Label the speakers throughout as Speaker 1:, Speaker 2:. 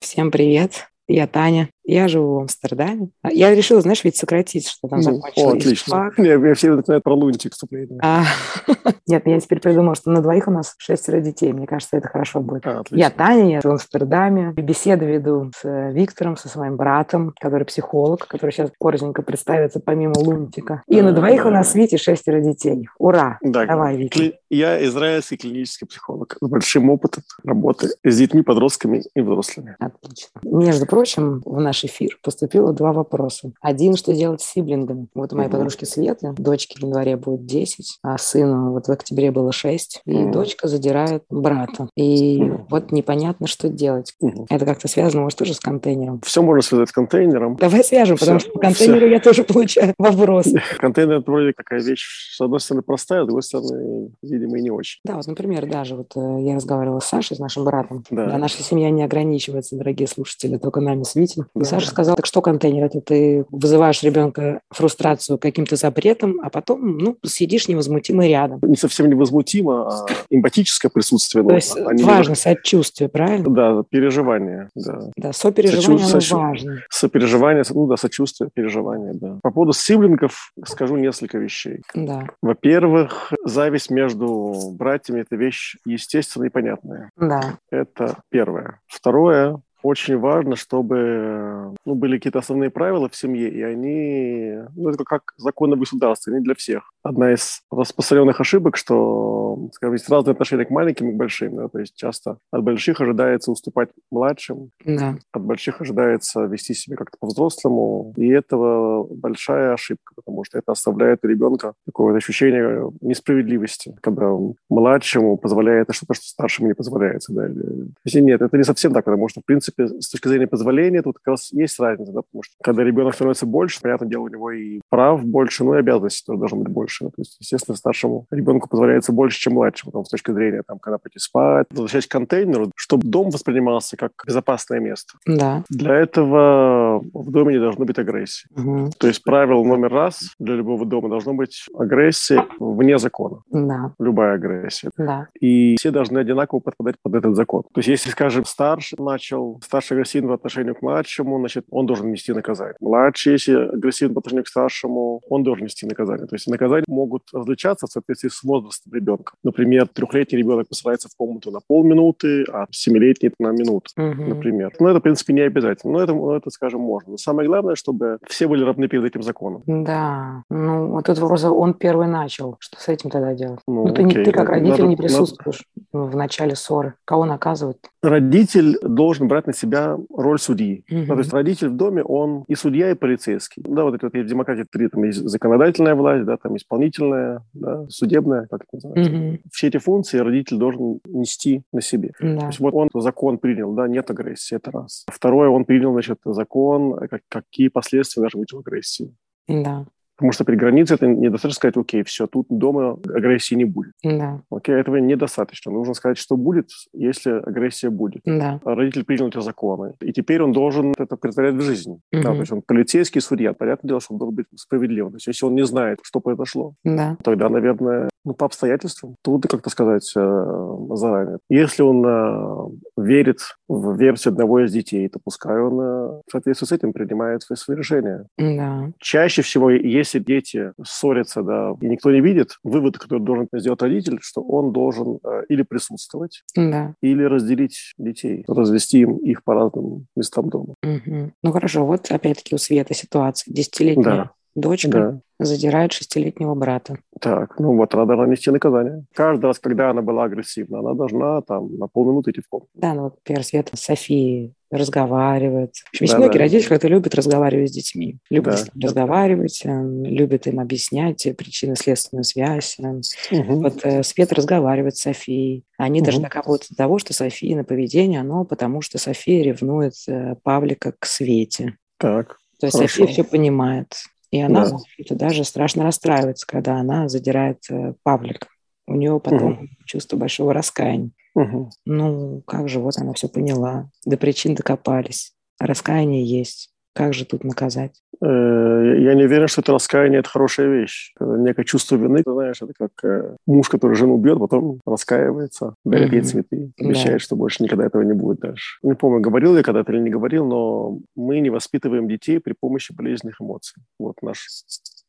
Speaker 1: Всем привет. Я Таня. Я живу в Амстердаме. Я решила, знаешь, ведь сократить, что там
Speaker 2: Ну,
Speaker 1: закончилась
Speaker 2: о, отлично.
Speaker 1: фак.
Speaker 2: Я, я все начинаю про лунтик вступление.
Speaker 1: А, Нет, я теперь придумала, что на двоих у нас шестеро детей. Мне кажется, это хорошо будет.
Speaker 2: А, отлично.
Speaker 1: Я Таня, я живу в Амстердаме. Беседы веду с э, Виктором, со своим братом, который психолог, который сейчас коротенько представится помимо Лунтика. И на двоих у нас, видите, шестеро детей. Ура!
Speaker 2: Да.
Speaker 1: Давай, Вика.
Speaker 2: Кли- Я израильский клинический психолог с большим опытом работы с детьми, подростками и взрослыми.
Speaker 1: Отлично. Между прочим, в наш эфир поступило два вопроса. Один, что делать с сиблингами. Вот у моей
Speaker 2: Мгм.
Speaker 1: подружки Светы, дочке в январе будет 10, а сыну вот в октябре было 6, и
Speaker 2: Мгм.
Speaker 1: дочка задирает брата. И
Speaker 2: Мгм.
Speaker 1: вот непонятно, что делать. Это как-то связано, может, тоже с контейнером.
Speaker 2: Все можно связать с контейнером.
Speaker 1: Давай свяжем, потому
Speaker 2: Всё,
Speaker 1: что по контейнеру я тоже получаю вопрос.
Speaker 2: Контейнер это вроде такая вещь, с одной стороны, простая, с другой стороны, видимо, и не очень.
Speaker 1: Да, вот, например, даже вот э, я разговаривала с Сашей, с нашим братом.
Speaker 2: Да.
Speaker 1: Да, наша семья не ограничивается, дорогие слушатели, только нами с Витей. И
Speaker 2: Да.
Speaker 1: Саша сказал, так что контейнер? Это ты вызываешь ребенка фрустрацию каким-то запретом, а потом, ну, сидишь невозмутимо рядом.
Speaker 2: Не совсем невозмутимо, а эмпатическое присутствие.
Speaker 1: То
Speaker 2: ну,
Speaker 1: есть
Speaker 2: а не-
Speaker 1: важно сочувствие, правильно?
Speaker 2: Да, переживание, да.
Speaker 1: Да, сопереживание, оно
Speaker 2: Сочу- сочу-
Speaker 1: важно.
Speaker 2: Сопереживание, ну да, сочувствие, переживание, да. По поводу сиблингов скажу несколько вещей.
Speaker 1: Да,
Speaker 2: Во-первых, зависть между братьями – это вещь естественная и понятная.
Speaker 1: да.
Speaker 2: Это первое. Второе – очень важно, чтобы ну, были какие-то основные правила в семье, и они, ну, это как законы государства, они для всех. Одна из распространенных ошибок, что, скажем, есть разные отношения к маленьким и к большим, да, то есть часто от больших ожидается уступать младшим,
Speaker 1: Да,
Speaker 2: от больших ожидается вести себя как-то по-взрослому, и этого большая ошибка, потому что это оставляет у ребенка такое вот ощущение несправедливости, когда младшему позволяет а что-то, что старшему не позволяется. Да? или- э, То есть нет, это не совсем так, потому что, в принципе, с точки зрения позволения тут как раз есть разница, да, потому что когда ребенок становится больше, понятное дело, у него и прав больше, но и обязанностей тоже должно быть больше. да. То есть, естественно, старшему ребенку позволяется больше, чем младшему, там, с точки зрения, там, когда пойти спать, возвращать к контейнеру, чтобы дом воспринимался как безопасное место.
Speaker 1: да.
Speaker 2: Для этого в доме не должно быть агрессии.
Speaker 1: Мгм.
Speaker 2: То есть правило номер раз для любого дома должно быть агрессия вне закона.
Speaker 1: Да,
Speaker 2: Любая агрессия.
Speaker 1: да.
Speaker 2: И все должны одинаково подпадать под этот закон. То есть, если, скажем, старший начал, старший агрессивен по отношению к младшему, значит, он должен нести наказание. Младший, если агрессивен по отношению к старшему, он должен нести наказание. То есть, наказания могут различаться в соответствии с возрастом ребенка. Например, трехлетний ребенок посылается в комнату на полминуты, а семилетний на минуту
Speaker 1: Мгм.
Speaker 2: например. Но это, в принципе, не обязательно. Но это, ну, это, скажем, можно. Но самое главное, чтобы все были равны перед этим законом.
Speaker 1: Да, ну вот тут вопрос, он первый начал. Что с этим тогда делать?
Speaker 2: Ну,
Speaker 1: Ну, ты, не-
Speaker 2: окей,
Speaker 1: ты как
Speaker 2: да.
Speaker 1: родитель
Speaker 2: Надо-
Speaker 1: не присутствуешь в начале ссоры. Кого наказывают?
Speaker 2: Родитель должен брать на себя роль судьи.
Speaker 1: Мгм.
Speaker 2: Ну, то есть родитель в доме, он и судья, и полицейский. Ну Да, вот это вот есть в демократии три, там есть законодательная власть, да, там исполнительная, да, судебная, как это называется.
Speaker 1: Мгм.
Speaker 2: Все эти функции родитель должен нести на себе.
Speaker 1: Да.
Speaker 2: То есть вот он закон принял, да, нет агрессии, это раз. Второе, он принял, значит, закон, э, как- какие последствия должны быть у агрессии.
Speaker 1: Да,
Speaker 2: Потому что при границе это недостаточно сказать, окей, все, тут дома агрессии не будет.
Speaker 1: да,
Speaker 2: Окей, этого недостаточно. Нужно сказать, что будет, если агрессия будет.
Speaker 1: да.
Speaker 2: А Родитель принял эти законы, и теперь он должен это притворять в жизнь. Да,
Speaker 1: Мгм.
Speaker 2: то есть он полицейский судья. Понятное дело, что он должен быть справедливым. То есть если он не знает, что произошло,
Speaker 1: Да,
Speaker 2: тогда, наверное, ну, по обстоятельствам трудно как-то сказать э, заранее. Если он э, верит в версию одного из детей, то пускай он э, в соответствии с этим принимает свои- свои решения.
Speaker 1: да,
Speaker 2: Чаще всего, если дети ссорятся, да, и никто не видит, вывод, который должен сделать родитель, что он должен э, или присутствовать,
Speaker 1: да.
Speaker 2: или разделить детей, развести им их по разным местам дома.
Speaker 1: Мгм. Ну хорошо, вот опять-таки у Света ситуация. Десятилетняя
Speaker 2: Да,
Speaker 1: дочка
Speaker 2: да.
Speaker 1: задирает шестилетнего брата.
Speaker 2: Так, ну вот, она должна нести наказание. Каждый раз, когда она была агрессивна, она должна там на полминуты идти в комнату.
Speaker 1: Да, ну вот, например, Света с Софией разговаривает. В общем, есть
Speaker 2: Да,
Speaker 1: многие
Speaker 2: да.
Speaker 1: родители, которые любят разговаривать с детьми. Любят
Speaker 2: Да.
Speaker 1: с ними разговаривать, э, любят им объяснять э, причинно-следственную связь. э, Вот э, Свет разговаривает с Софией. Они даже
Speaker 2: Мгм.
Speaker 1: докапываются до того, что София на поведение, оно потому что София ревнует э, Павлика к Свете.
Speaker 2: Так,
Speaker 1: То есть
Speaker 2: Хорошо.
Speaker 1: София все понимает. И она
Speaker 2: Да.
Speaker 1: в общем-то, даже страшно расстраивается, когда она задирает э, Павлика. У нее потом чувство большого раскаяния.
Speaker 2: Мгм.
Speaker 1: Ну, как же, вот она все поняла. До причин докопались. Раскаяние есть. Как же тут наказать?
Speaker 2: Э, Я не уверен, что это раскаяние – это хорошая вещь. Это некое чувство вины, ты знаешь, это как э, муж, который жену бьет, потом раскаивается, дарит ей цветы, обещает, что больше никогда этого не будет дальше. Не помню, говорил я когда-то или не говорил, но мы не воспитываем детей при помощи болезненных эмоций. Вот наш,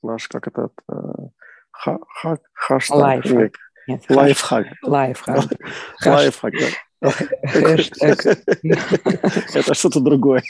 Speaker 2: наш как этот, ха, ха, хаштаг.
Speaker 1: Лайфхак. Нет,
Speaker 2: лайфхак.
Speaker 1: Лайфхак.
Speaker 2: Лайфхак, да. Это что-то другое.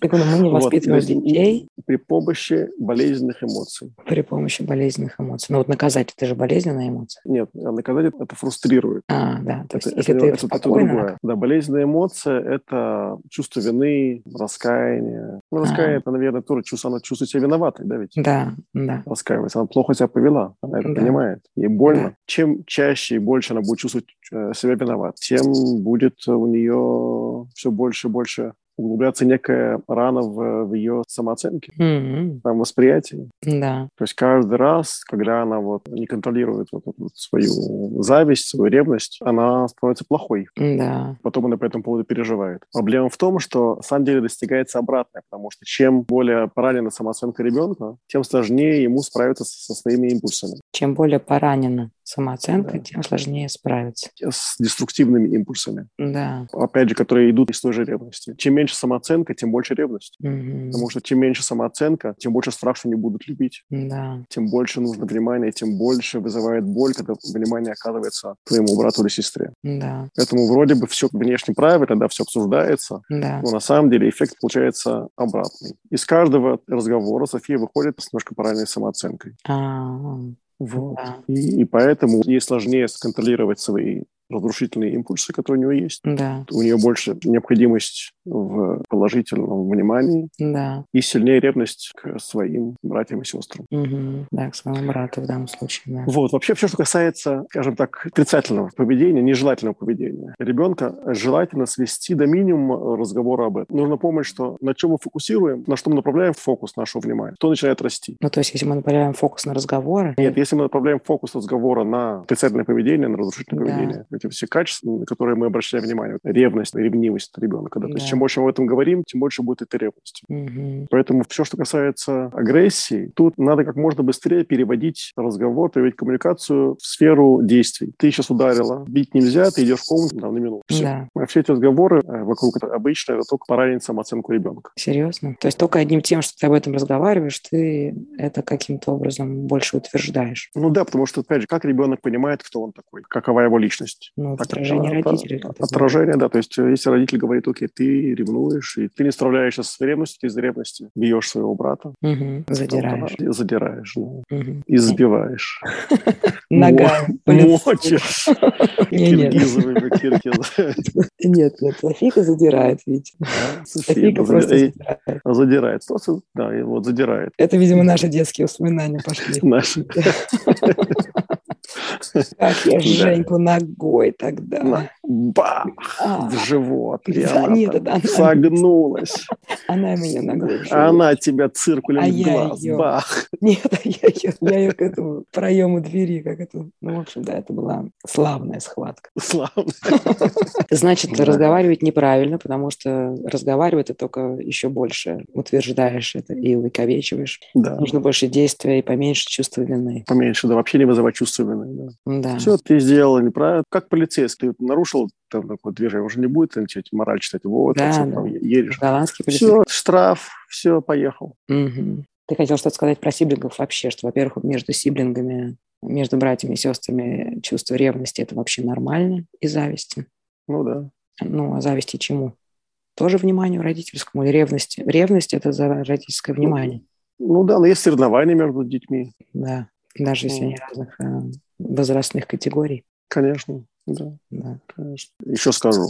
Speaker 1: Так мы не воспитываем детей.
Speaker 2: При помощи болезненных эмоций.
Speaker 1: При помощи болезненных эмоций. Ну вот наказать это же болезненная эмоция.
Speaker 2: Нет, наказать это фрустрирует.
Speaker 1: А, да. То есть, если ты спокойно...
Speaker 2: Да, болезненная эмоция – это чувство вины, раскаяние. Ну,
Speaker 1: А.
Speaker 2: раскаяние – это, наверное, тоже чувство, она чувствует себя виноватой, да ведь?
Speaker 1: Да, да.
Speaker 2: Раскаивается, она плохо себя повела, она это понимает, ей больно. Чем чаще и больше она будет чувствовать э, себя виноват, тем будет у нее все больше и больше углубляться некая рана в, в ее самооценке,
Speaker 1: mm-hmm.
Speaker 2: там восприятии.
Speaker 1: Да.
Speaker 2: То есть каждый раз, когда она вот не контролирует вот, вот, свою зависть, свою ревность, она становится плохой.
Speaker 1: Да.
Speaker 2: Потом она по этому поводу переживает. Проблема в том, что на самом деле достигается обратное, потому что чем более поранена самооценка ребенка, тем сложнее ему справиться со, со своими импульсами.
Speaker 1: Чем более поранена самооценка, да. тем сложнее справиться.
Speaker 2: С деструктивными импульсами.
Speaker 1: Да.
Speaker 2: Опять же, которые идут из той же ревности. Чем меньше самооценка, тем больше ревность.
Speaker 1: Угу.
Speaker 2: Потому что чем меньше самооценка, тем больше страх, что не будут любить.
Speaker 1: Да.
Speaker 2: Тем больше нужно внимания, тем больше вызывает боль, когда внимание оказывается твоему брату или сестре.
Speaker 1: Да.
Speaker 2: Поэтому вроде бы все внешне правильно, да, все обсуждается,
Speaker 1: да.
Speaker 2: но Ну, на самом деле эффект получается обратный. Из каждого разговора София выходит с немножко параллельной самооценкой.
Speaker 1: А-а-а.
Speaker 2: Вот. Да. И, и поэтому ей сложнее сконтролировать свои разрушительные импульсы, которые у нее есть.
Speaker 1: Да.
Speaker 2: У нее больше необходимость в положительном внимании.
Speaker 1: Да.
Speaker 2: И сильнее ревность к своим братьям и сестрам.
Speaker 1: Угу. Да, к своему брату в данном случае. Да.
Speaker 2: Вот. Вообще все, что касается, скажем так, отрицательного поведения, нежелательного поведения ребенка, желательно свести до минимума разговора об этом. Нужно помнить, что на чем мы фокусируем, на что мы направляем фокус нашего внимания, то начинает расти.
Speaker 1: Ну, то есть, если мы направляем фокус на разговоры...
Speaker 2: Нет, если мы направляем фокус разговора на отрицательное поведение, на разрушительное да. поведение, эти все качества, на которые мы обращаем внимание, ревность, ревнивость ребенка. Да? Да. То есть чем больше мы об этом говорим, тем больше будет этой ревности.
Speaker 1: Угу.
Speaker 2: Поэтому все, что касается агрессии, тут надо как можно быстрее переводить разговор, переводить коммуникацию в сферу действий. Ты сейчас ударила, бить нельзя, ты идешь в комнату там, на минуту. Все.
Speaker 1: Да.
Speaker 2: все эти разговоры э, вокруг это обычно это только поранит самооценку ребенка.
Speaker 1: Серьезно? То есть только одним тем, что ты об этом разговариваешь, ты это каким-то образом больше утверждаешь.
Speaker 2: Ну да, потому что, опять же, как ребенок понимает, кто он такой, какова его личность есть.
Speaker 1: Ну, так, отражение это, родителей. Это,
Speaker 2: отражение, да. То есть, э, если родитель говорит, окей, ты ревнуешь, и ты не справляешься с ревностью, ты из ревности бьешь своего брата.
Speaker 1: Угу. Задираешь.
Speaker 2: Там, задираешь, ну,
Speaker 1: угу.
Speaker 2: избиваешь.
Speaker 1: Ногами.
Speaker 2: Мочишь. Киргизовыми
Speaker 1: Нет, нет, Софика задирает, ведь. Софика просто
Speaker 2: э, задирает. Просто, да, вот задирает.
Speaker 1: Это, видимо, наши детские воспоминания пошли.
Speaker 2: Наши.
Speaker 1: Как я Женьку ногой тогда.
Speaker 2: На, бах! А, в живот.
Speaker 1: Да, она нет, это она
Speaker 2: согнулась.
Speaker 1: Она меня ногой.
Speaker 2: Она тебя циркулем а в глаз. Ее... Бах!
Speaker 1: Нет, а я ее, я ее к этому проему двери, как это... Ну, в общем, да, это была славная схватка.
Speaker 2: Славная.
Speaker 1: Значит, да. разговаривать неправильно, потому что разговаривать ты только еще больше утверждаешь это и увековечиваешь.
Speaker 2: Да.
Speaker 1: Нужно больше действия и поменьше чувства вины.
Speaker 2: Поменьше, да, вообще не вызывать чувство вины.
Speaker 1: Да. да.
Speaker 2: Все, ты сделал неправильно. Как полицейский, ты нарушил там такое движение, уже не будет тебе мораль читать. Вот,
Speaker 1: да,
Speaker 2: там, да. Там, едешь.
Speaker 1: Голландский
Speaker 2: полицейский. Все, штраф, все, поехал.
Speaker 1: Угу. Ты хотел что-то сказать про сиблингов вообще, что, во-первых, между сиблингами, между братьями и сестрами чувство ревности – это вообще нормально и зависти.
Speaker 2: Ну да.
Speaker 1: Ну, а зависти чему? Тоже вниманию родительскому или ревности? Ревность – это за родительское внимание.
Speaker 2: Ну, ну да, но есть соревнования между детьми.
Speaker 1: Да, даже если они разных э, возрастных категорий.
Speaker 2: Конечно, да.
Speaker 1: да.
Speaker 2: Конечно. Еще скажу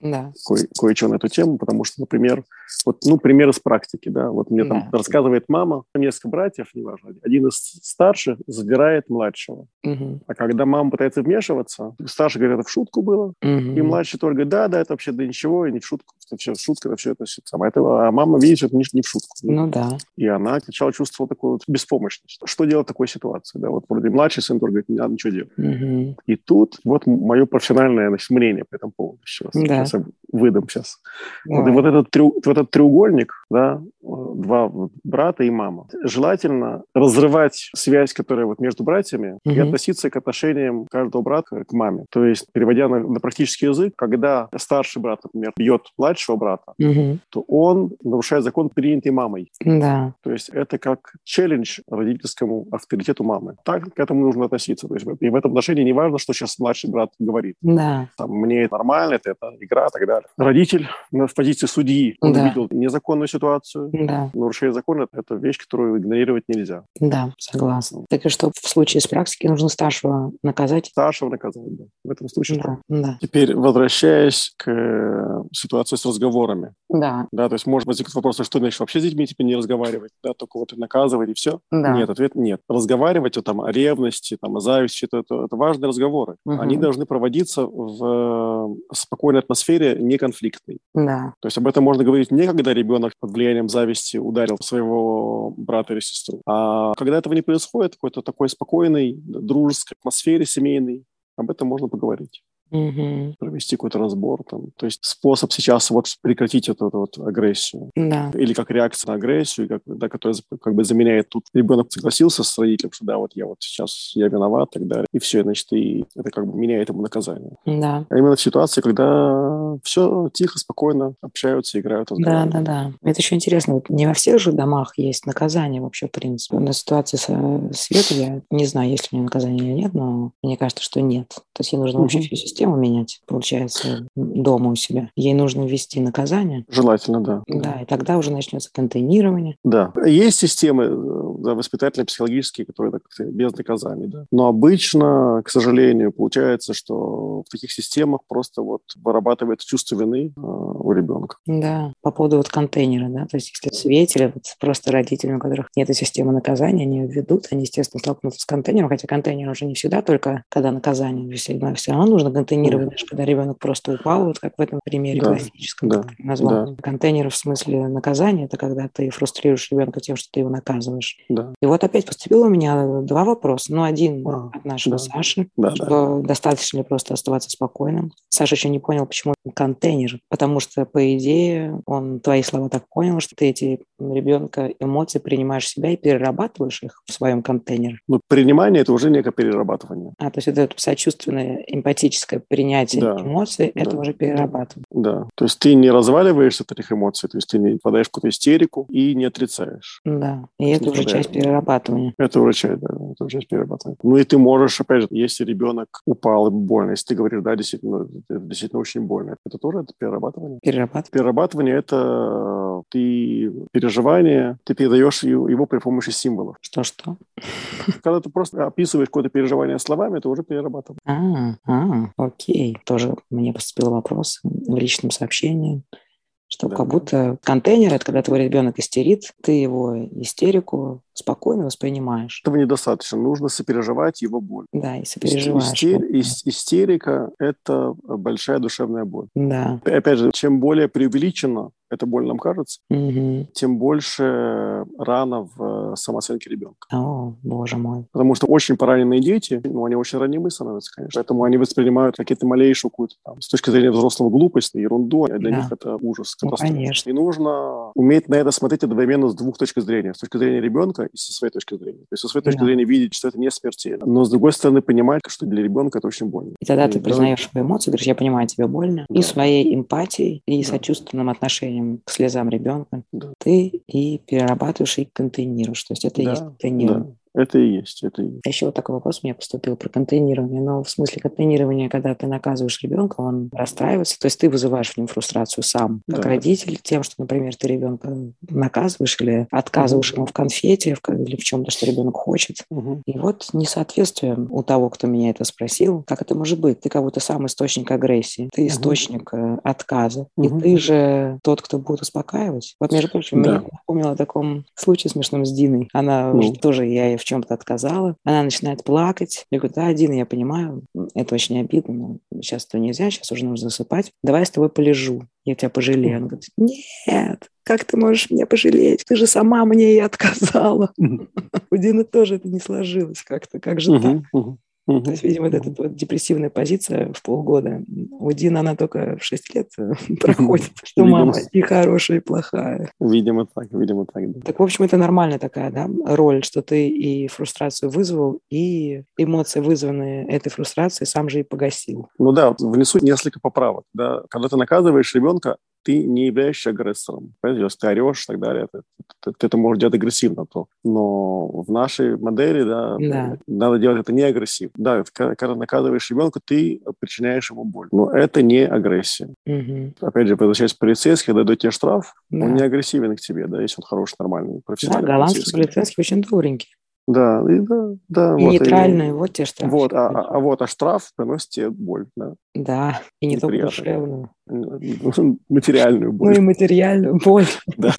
Speaker 1: да.
Speaker 2: кое- кое-что на эту тему, потому что, например, вот, ну, пример из практики, да, вот мне там
Speaker 1: Да.
Speaker 2: рассказывает мама, там несколько братьев, неважно, один из старших задирает младшего.
Speaker 1: Мгм.
Speaker 2: А когда мама пытается вмешиваться, старший говорит, это в шутку было,
Speaker 1: Мгм.
Speaker 2: и младший только говорит, да, да, это вообще да ничего, и не в шутку, это все в шутку, это все это все самое. Это, а мама видит, что это не, не в шутку.
Speaker 1: Ну да.
Speaker 2: И она сначала чувствовала такую вот беспомощность. Что делать в такой ситуации? Да, вот вроде младший сын только говорит, не надо ничего делать.
Speaker 1: Мгм.
Speaker 2: И тут вот мое профессиональное значит, мнение по этому поводу. Сейчас,
Speaker 1: Да.
Speaker 2: сейчас я выдам сейчас. Давай. Вот, вот, этот трю, вот этот треугольник, да, э, два брата и мама. Желательно разрывать связь, которая вот между братьями, угу. и относиться к отношениям каждого брата к маме. То есть, переводя на, на практический язык, когда старший брат, например, бьет младшего брата, угу. то он нарушает закон, принятый мамой.
Speaker 1: Да.
Speaker 2: То есть это как челлендж родительскому авторитету мамы. Так к этому нужно относиться. То есть, и в этом отношении не важно, что сейчас младший брат говорит.
Speaker 1: Да.
Speaker 2: Там, мне это нормально, это, это игра и так далее. Родитель в позиции судьи, он да. увидел незаконную ситуацию.
Speaker 1: Да.
Speaker 2: Нарушение закона – это вещь, которую игнорировать нельзя.
Speaker 1: Да, согласна. Так и что в случае с практики нужно старшего наказать?
Speaker 2: Старшего наказать, да. В этом случае. Да,
Speaker 1: да.
Speaker 2: Теперь возвращаясь к э, ситуации с разговорами.
Speaker 1: Да.
Speaker 2: Да, то есть может возникнуть вопрос, а что значит вообще с детьми типа не разговаривать, да, только вот наказывать и все.
Speaker 1: Да.
Speaker 2: Нет, ответ нет. Разговаривать вот, там, о ревности, там, о зависти, это, это, это важные разговоры. Угу. Они должны проводиться в э, спокойной атмосфере, не конфликтной.
Speaker 1: Да.
Speaker 2: То есть об этом можно говорить не когда ребенок под влиянием зависти ударил своего брата или сестру, а когда этого не происходит, какой-то такой спокойной, дружеской атмосфере семейной, об этом можно поговорить
Speaker 1: угу.
Speaker 2: провести какой-то разбор. Там. То есть способ сейчас вот прекратить эту, эту вот агрессию.
Speaker 1: Да.
Speaker 2: Или как реакция на агрессию, как, да, которая как бы заменяет тут ребенок согласился с родителем, что да, вот я вот сейчас, я виноват и так далее. И все, значит, и это как бы меняет ему наказание.
Speaker 1: Да.
Speaker 2: А именно в ситуации, когда все тихо, спокойно общаются, играют.
Speaker 1: Да, да, да. Это еще интересно. Вот не во всех же домах есть наказание вообще, в принципе. На ситуации со Светой я не знаю, есть ли у нее наказание или нет, но мне кажется, что нет. То есть ей нужно угу. вообще всю систему систему менять, получается, дома у себя. Ей нужно ввести наказание.
Speaker 2: Желательно, да.
Speaker 1: Да, и тогда уже начнется контейнирование.
Speaker 2: Да. Есть системы э, да, воспитательные, психологические, которые как-то без наказаний, да. Но обычно, к сожалению, получается, что в таких системах просто вот вырабатывает чувство вины э, у ребенка.
Speaker 1: Да, по поводу вот контейнера, да, то есть если светили, вот просто родители, у которых нет системы наказания, они введут, они, естественно, столкнутся с контейнером, хотя контейнер уже не всегда только когда наказание, всегда, все равно нужно контейнировать, даже когда ребенок просто упал, вот как в этом примере да, классическом, да, как назвал. Да. Контейнер в смысле наказания, это когда ты фрустрируешь ребенка тем, что ты его наказываешь.
Speaker 2: Да.
Speaker 1: И вот опять поступило у меня два вопроса. Ну, один а, от нашего да. Саши,
Speaker 2: да,
Speaker 1: что да. достаточно ли просто оставаться спокойным. Саша еще не понял, почему контейнер, потому что, по идее, он твои слова так понял, что ты эти ребенка эмоции принимаешь в себя и перерабатываешь их в своем контейнере.
Speaker 2: Ну, принимание – это уже некое перерабатывание.
Speaker 1: А, то есть это сочувственное, эмпатическое принятие да. эмоций, да. это уже перерабатывание.
Speaker 2: Да. То есть ты не разваливаешься от этих эмоций, то есть ты не попадаешь в какую-то истерику и не отрицаешь.
Speaker 1: Да. И это уже попадаешь. часть перерабатывания.
Speaker 2: Это уже часть, да, это уже часть перерабатывания. Ну и ты можешь, опять же, если ребенок упал и больно, если ты говоришь, да, действительно, это действительно очень больно, это тоже это перерабатывание.
Speaker 1: Перерабатывание.
Speaker 2: Перерабатывание это ты переживание, ты передаешь его при помощи символов.
Speaker 1: Что-что?
Speaker 2: Когда ты просто описываешь какое-то переживание словами, это уже перерабатывание.
Speaker 1: А, а, Окей. Тоже мне поступил вопрос в личном сообщении, что да. как будто контейнер, это когда твой ребенок истерит, ты его истерику спокойно воспринимаешь.
Speaker 2: Этого недостаточно. Нужно сопереживать его боль.
Speaker 1: Да, и сопереживаешь.
Speaker 2: Истер... Истерика – это большая душевная боль.
Speaker 1: Да.
Speaker 2: Опять же, чем более преувеличено это боль нам кажется,
Speaker 1: угу.
Speaker 2: тем больше рана в самооценке ребенка.
Speaker 1: О, боже мой.
Speaker 2: Потому что очень пораненные дети, ну, они очень ранимы становятся, конечно. Поэтому они воспринимают какие-то малейшие какую-то там, с точки зрения взрослого глупость, ерунду. А для да. них это ужас,
Speaker 1: катастрофа. Ну, конечно.
Speaker 2: И нужно уметь на это смотреть одновременно с двух точек зрения. С точки зрения ребенка и со своей точки зрения. То есть со своей точки да. зрения видеть, что это не смертельно. Но с другой стороны понимать, что для ребенка это очень больно.
Speaker 1: И тогда и, ты да. признаешь свои эмоции, говоришь, я понимаю, тебе больно. Да. И своей эмпатией, и да. сочувственным отношением к слезам ребенка
Speaker 2: да.
Speaker 1: ты и перерабатываешь, и контейнируешь. То есть это да. и есть контейнирование. Да.
Speaker 2: Это и есть, это и есть.
Speaker 1: Еще вот такой вопрос мне поступил про контейнирование. Но в смысле контейнирования, когда ты наказываешь ребенка, он расстраивается, то есть ты вызываешь в нем фрустрацию сам, как да. родитель, тем, что, например, ты ребенка наказываешь или отказываешь ему в конфете в, или в чем-то, что ребенок хочет.
Speaker 2: Угу.
Speaker 1: И вот несоответствие у того, кто меня это спросил, как это может быть? Ты как будто сам источник агрессии, ты источник угу. отказа, угу. и ты же тот, кто будет успокаивать. Вот, между прочим, да. мне напомнила о таком случае смешном с Диной. Она ну. тоже, я в чем-то отказала. Она начинает плакать. Я говорю, да, один, я понимаю, это очень обидно, но сейчас это нельзя, сейчас уже нужно засыпать. Давай я с тобой полежу, я тебя пожалею. Она говорит, нет, как ты можешь меня пожалеть? Ты же сама мне и отказала. У Дины тоже это не сложилось как-то, как же так? Угу. То есть, видимо, вот эта вот депрессивная позиция в полгода. У Дины она только в 6 лет э, проходит, что мама и хорошая, и плохая.
Speaker 2: Видимо так, видимо так. Да.
Speaker 1: Так, в общем, это нормальная такая да, роль, что ты и фрустрацию вызвал, и эмоции, вызванные этой фрустрацией, сам же и погасил.
Speaker 2: Ну да, внесу несколько поправок. Да. Когда ты наказываешь ребенка, ты не являешься агрессором. Понимаете, если ты орешь и так далее, ты, ты, ты это можешь делать агрессивно. То. Но в нашей модели да, да. надо делать это не агрессивно. Да, когда наказываешь ребенка, ты причиняешь ему боль. Но это не агрессия. Угу. Опять же, возвращаясь к полицейскому, когда дает тебе штраф, да. он не агрессивен к тебе, да, если он хороший, нормальный, профессиональный
Speaker 1: Да, голландский полицейский очень добренький.
Speaker 2: Да, и да, да.
Speaker 1: И вот, нейтральные, и, вот те штрафы.
Speaker 2: Вот, а, а, а вот, а штраф приносит тебе боль, да.
Speaker 1: Да, и не только душевную.
Speaker 2: Материальную боль.
Speaker 1: Ну и материальную боль.
Speaker 2: Да,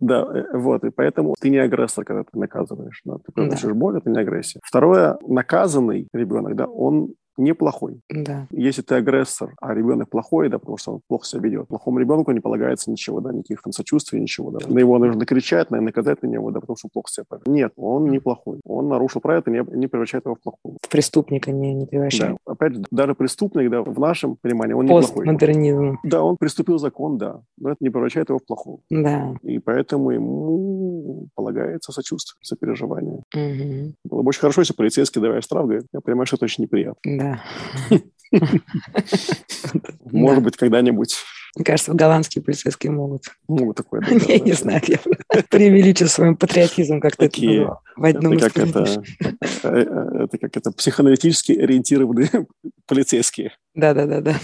Speaker 2: да, э, вот, и поэтому ты не агрессор, когда ты наказываешь. Да? Ты приносишь боль, это не агрессия. Второе, наказанный ребенок, да, он неплохой.
Speaker 1: Да.
Speaker 2: Если ты агрессор, а ребенок плохой, да, потому что он плохо себя ведет, плохому ребенку не полагается ничего, да, никаких там сочувствий, ничего, да. На его нужно кричать, наверное, наказать на него, да, потому что он плохо себя повел. Нет, он неплохой. Он нарушил правила, не, не превращает его в плохого.
Speaker 1: В преступника не, не превращает.
Speaker 2: Да. Опять же, даже преступник, да, в нашем понимании, он Пост неплохой.
Speaker 1: модернизм.
Speaker 2: Да, он приступил закон, да, но это не превращает его в плохого.
Speaker 1: Да.
Speaker 2: И поэтому ему полагается сочувствие, сопереживание. Угу. Было бы очень хорошо, если полицейский, давая штраф, говорит, я понимаю, что это очень
Speaker 1: Да.
Speaker 2: неприятно. Может быть, когда-нибудь.
Speaker 1: Мне кажется, голландские полицейские могут.
Speaker 2: Могут такое. Да,
Speaker 1: я не знаю, Ну, я преувеличил своим патриотизм, как ты
Speaker 2: это в одном это как это, это как это психоаналитически ориентированные полицейские.
Speaker 1: Да, да, да, да.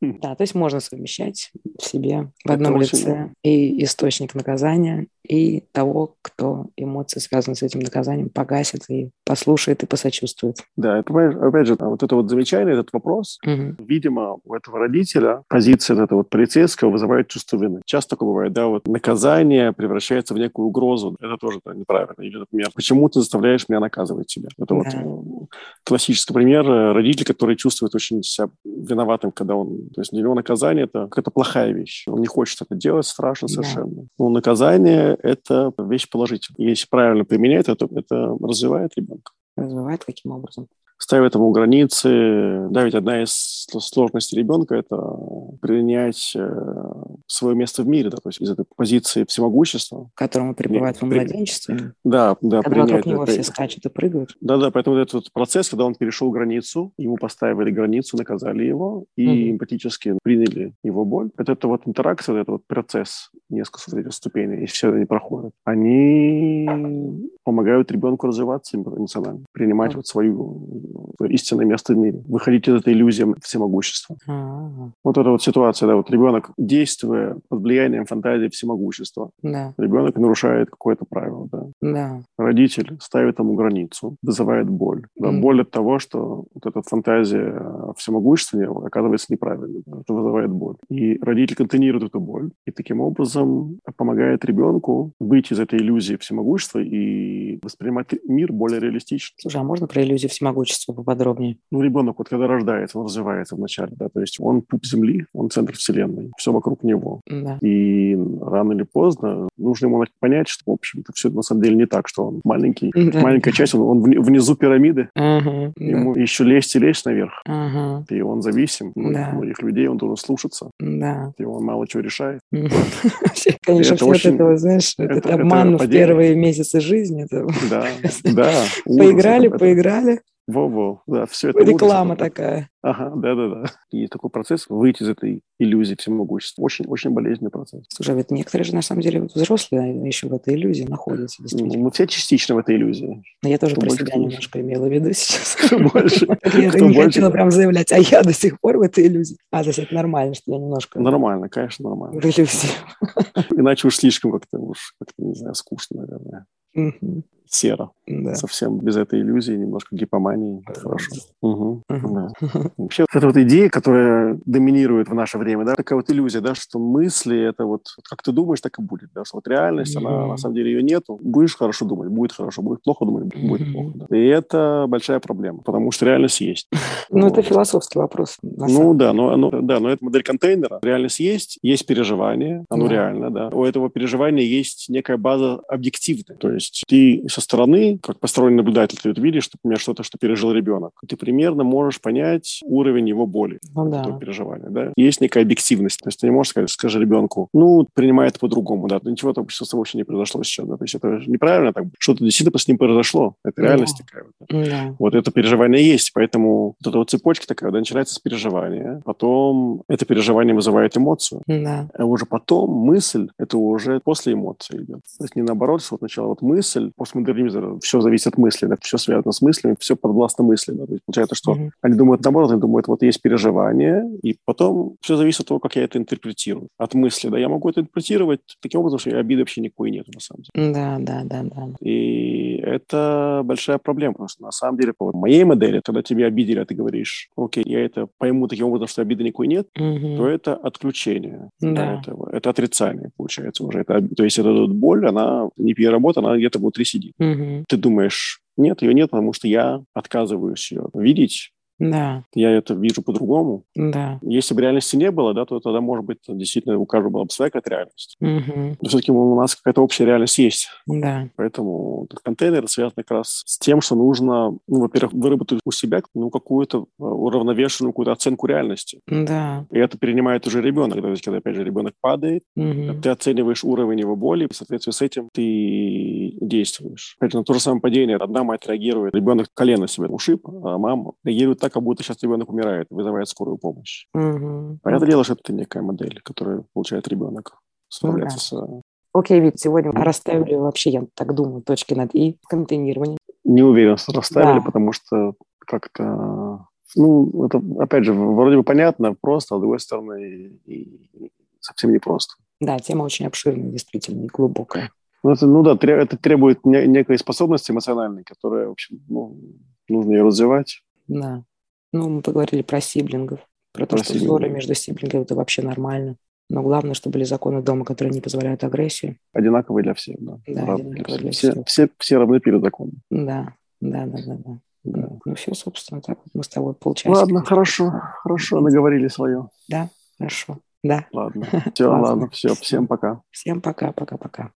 Speaker 1: Да, то есть можно совмещать в себе в одном лице и источник наказания, и того, кто эмоции, связанные с этим наказанием, погасит и послушает и посочувствует.
Speaker 2: Да, это, опять же, а вот это вот замечание, этот вопрос, угу. видимо, у этого родителя позиция этого вот полицейского вызывает чувство вины. Часто такое бывает, да, вот наказание превращается в некую угрозу. Это тоже да, неправильно. Или, например, почему ты заставляешь меня наказывать тебя? Это да. вот э, классический пример родитель, который чувствует очень себя виноватым, когда он... То есть для него наказание — это какая-то плохая вещь. Он не хочет это делать, страшно совершенно. Да. Но наказание — это вещь положительная. Если правильно применять, это, это развивает ребенка.
Speaker 1: Развивает каким образом?
Speaker 2: ставят ему границы. Да, ведь одна из сложностей ребенка – это принять свое место в мире, да, то есть из этой позиции всемогущества.
Speaker 1: К которому пребывает при... а во младенчестве.
Speaker 2: Да, да.
Speaker 1: Когда принять, вокруг него да, все скачут и прыгают.
Speaker 2: Да-да, поэтому этот процесс, когда он перешел границу, ему поставили границу, наказали его и угу. эмпатически приняли его боль. Вот это вот интеракция, вот этот вот процесс, несколько этих ступеней, и все они проходят, они помогают ребенку развиваться эмоционально, принимать вот, вот свою истинное место в мире, выходить из этой иллюзии всемогущества.
Speaker 1: А,
Speaker 2: А-а-а. Вот эта вот ситуация, да, вот ребенок, действуя под влиянием фантазии всемогущества,
Speaker 1: да.
Speaker 2: ребенок нарушает какое-то правило, да.
Speaker 1: да.
Speaker 2: Родитель ставит ему границу, вызывает боль. Да, mm. Боль от того, что вот эта фантазия всемогущества оказывается неправильной. Да, это вызывает боль. И родитель контейнирует эту боль и таким образом помогает ребенку выйти из этой иллюзии всемогущества и воспринимать мир более реалистично.
Speaker 1: Слушай, а можно про иллюзию всемогущества? творчество поподробнее?
Speaker 2: Ну, ребенок вот когда рождается, он развивается вначале, да, то есть он пуп земли, он центр вселенной, все вокруг него.
Speaker 1: Да.
Speaker 2: И рано или поздно нужно ему понять, что, в общем-то, все на самом деле не так, что он маленький, да. маленькая часть, он, он внизу пирамиды,
Speaker 1: ага,
Speaker 2: ему да. еще лезть и лезть наверх.
Speaker 1: Ага.
Speaker 2: И он зависим ну,
Speaker 1: да.
Speaker 2: многих людей, он должен слушаться.
Speaker 1: Да.
Speaker 2: И он мало чего решает.
Speaker 1: Конечно, это все очень... от этого, знаешь, это, этот обман это в первые месяцы жизни. Это...
Speaker 2: Да, да.
Speaker 1: Поиграли, поиграли. Ну,
Speaker 2: Во-во, да, все это.
Speaker 1: Реклама ужас, такая.
Speaker 2: Ага, да-да-да. И такой процесс, выйти из этой иллюзии всемогущества, очень-очень болезненный процесс.
Speaker 1: Слушай, а ведь некоторые же, на самом деле, взрослые еще в этой иллюзии находятся.
Speaker 2: Ну, мы все частично в этой иллюзии.
Speaker 1: Но я тоже Кто про себя больше, немножко имела в виду сейчас.
Speaker 2: Кто больше?
Speaker 1: Я
Speaker 2: Кто
Speaker 1: не больше? хотела прям заявлять, а я до сих пор в этой иллюзии. А, то есть это нормально, что я немножко...
Speaker 2: Нормально, конечно, нормально.
Speaker 1: В иллюзии.
Speaker 2: Иначе уж слишком как-то, уж как-то, не знаю, скучно, наверное.
Speaker 1: Угу
Speaker 2: серо.
Speaker 1: Да.
Speaker 2: Совсем без этой иллюзии, немножко гипомании. Это хорошо. Угу. Угу. Да. Вообще, вот эта вот идея, которая доминирует в наше время, да, такая вот иллюзия, да, что мысли это вот как ты думаешь, так и будет. Да, что вот реальность, угу. она на самом деле ее нету. Будешь хорошо думать, будет хорошо, будет плохо думать, будет плохо. Да. И это большая проблема, потому что реальность есть.
Speaker 1: Ну, вот. это философский вопрос.
Speaker 2: Ну да, но, оно, да, но это модель контейнера. Реальность есть, есть переживание, оно да. реально, да. У этого переживания есть некая база объективная. То есть ты со стороны, как посторонний наблюдатель, ты вот видишь, например, что-то, что пережил ребенок. Ты примерно можешь понять уровень его боли,
Speaker 1: Ну да.
Speaker 2: этого переживания. Да? Есть некая объективность. То есть ты не можешь сказать, скажи ребенку, ну, принимай это по-другому, да, ничего там с тобой вообще не произошло сейчас. Да? То есть это же неправильно, так, что-то действительно с ним произошло. Это
Speaker 1: Да.
Speaker 2: реальность такая. вот, да.
Speaker 1: Да.
Speaker 2: Вот это переживание есть, поэтому вот эта вот цепочка такая, да, начинается с переживания, потом это переживание вызывает эмоцию,
Speaker 1: Да.
Speaker 2: а уже потом мысль, это уже после эмоций идет. То есть не наоборот, что вот сначала вот мысль, постмодернизм, все зависит от мысли, да, все связано с мыслями, все подвластно мысли. Да. То есть получается, что
Speaker 1: Мгм.
Speaker 2: они думают наоборот, они думают, вот есть переживание, и потом все зависит от того, как я это интерпретирую. От мысли, да, я могу это интерпретировать таким образом, что и обиды вообще никакой нет, на самом деле.
Speaker 1: Да, да, да, да.
Speaker 2: И это большая проблема, потому что на самом деле, по моей модели, когда тебе обидели, а ты говоришь, окей, я это пойму таким образом, что обиды никакой нет,
Speaker 1: Мгм.
Speaker 2: то это отключение.
Speaker 1: Да.
Speaker 2: это, это отрицание, получается, уже. Это, об- то есть эта вот боль, она не переработана, она где-то внутри сидит.
Speaker 1: Мгм.
Speaker 2: Ты думаешь, нет, ее нет, потому что я отказываюсь ее видеть,
Speaker 1: Да,
Speaker 2: я это вижу по-другому.
Speaker 1: да.
Speaker 2: Если бы реальности не было, да, то тогда, может быть, действительно у каждого была бы своя какая-то реальность.
Speaker 1: Мгм.
Speaker 2: Но все-таки у нас какая-то общая реальность есть.
Speaker 1: Да.
Speaker 2: Поэтому этот контейнер связан как раз с тем, что нужно, ну, во-первых, выработать у себя ну, какую-то э, уравновешенную какую-то оценку реальности.
Speaker 1: Да. И
Speaker 2: И это перенимает уже ребенок. То есть, когда, опять же, ребенок падает, ты оцениваешь уровень его боли, и в соответствии с этим ты действуешь. Опять же, на то же самое падение. Одна мать реагирует, ребенок колено себе ушиб, а мама реагирует так, как будто сейчас ребенок умирает, вызывает скорую помощь. Понятное дело, что это некая модель, которую получает ребенок справляться с...
Speaker 1: Окей, Вит, сегодня
Speaker 2: Мгм.
Speaker 1: расставили вообще, я так думаю, точки над «и» в контейнировании.
Speaker 2: Не уверен, что расставили,
Speaker 1: Да.
Speaker 2: потому что как-то... Ну, это, опять же, вроде бы понятно, просто, а с другой стороны, и- и совсем непросто.
Speaker 1: Да, тема очень обширная, действительно, и глубокая.
Speaker 2: Ну, это, ну да, тре- это требует не- некой способности эмоциональной, которая, в общем, ну, нужно ее развивать.
Speaker 1: Да. Ну, мы поговорили про сиблингов, про то,
Speaker 2: Про
Speaker 1: что
Speaker 2: сиблингов.
Speaker 1: ссоры между сиблингами – это вообще нормально. Но главное, чтобы были законы дома, которые не позволяют агрессии.
Speaker 2: Одинаковые для всех, да.
Speaker 1: Да,
Speaker 2: Равные
Speaker 1: одинаковые для
Speaker 2: все,
Speaker 1: всех.
Speaker 2: все, все равны перед законом.
Speaker 1: Да, да, да, да. да.
Speaker 2: Да.
Speaker 1: Ну, все, собственно, так вот мы с тобой получаемся.
Speaker 2: Ладно, хорошо, хорошо, наговорили свое.
Speaker 1: Хорошо. Да.
Speaker 2: Ладно, все,
Speaker 1: Классно.
Speaker 2: ладно, все, всем пока.
Speaker 1: Всем пока, пока, пока.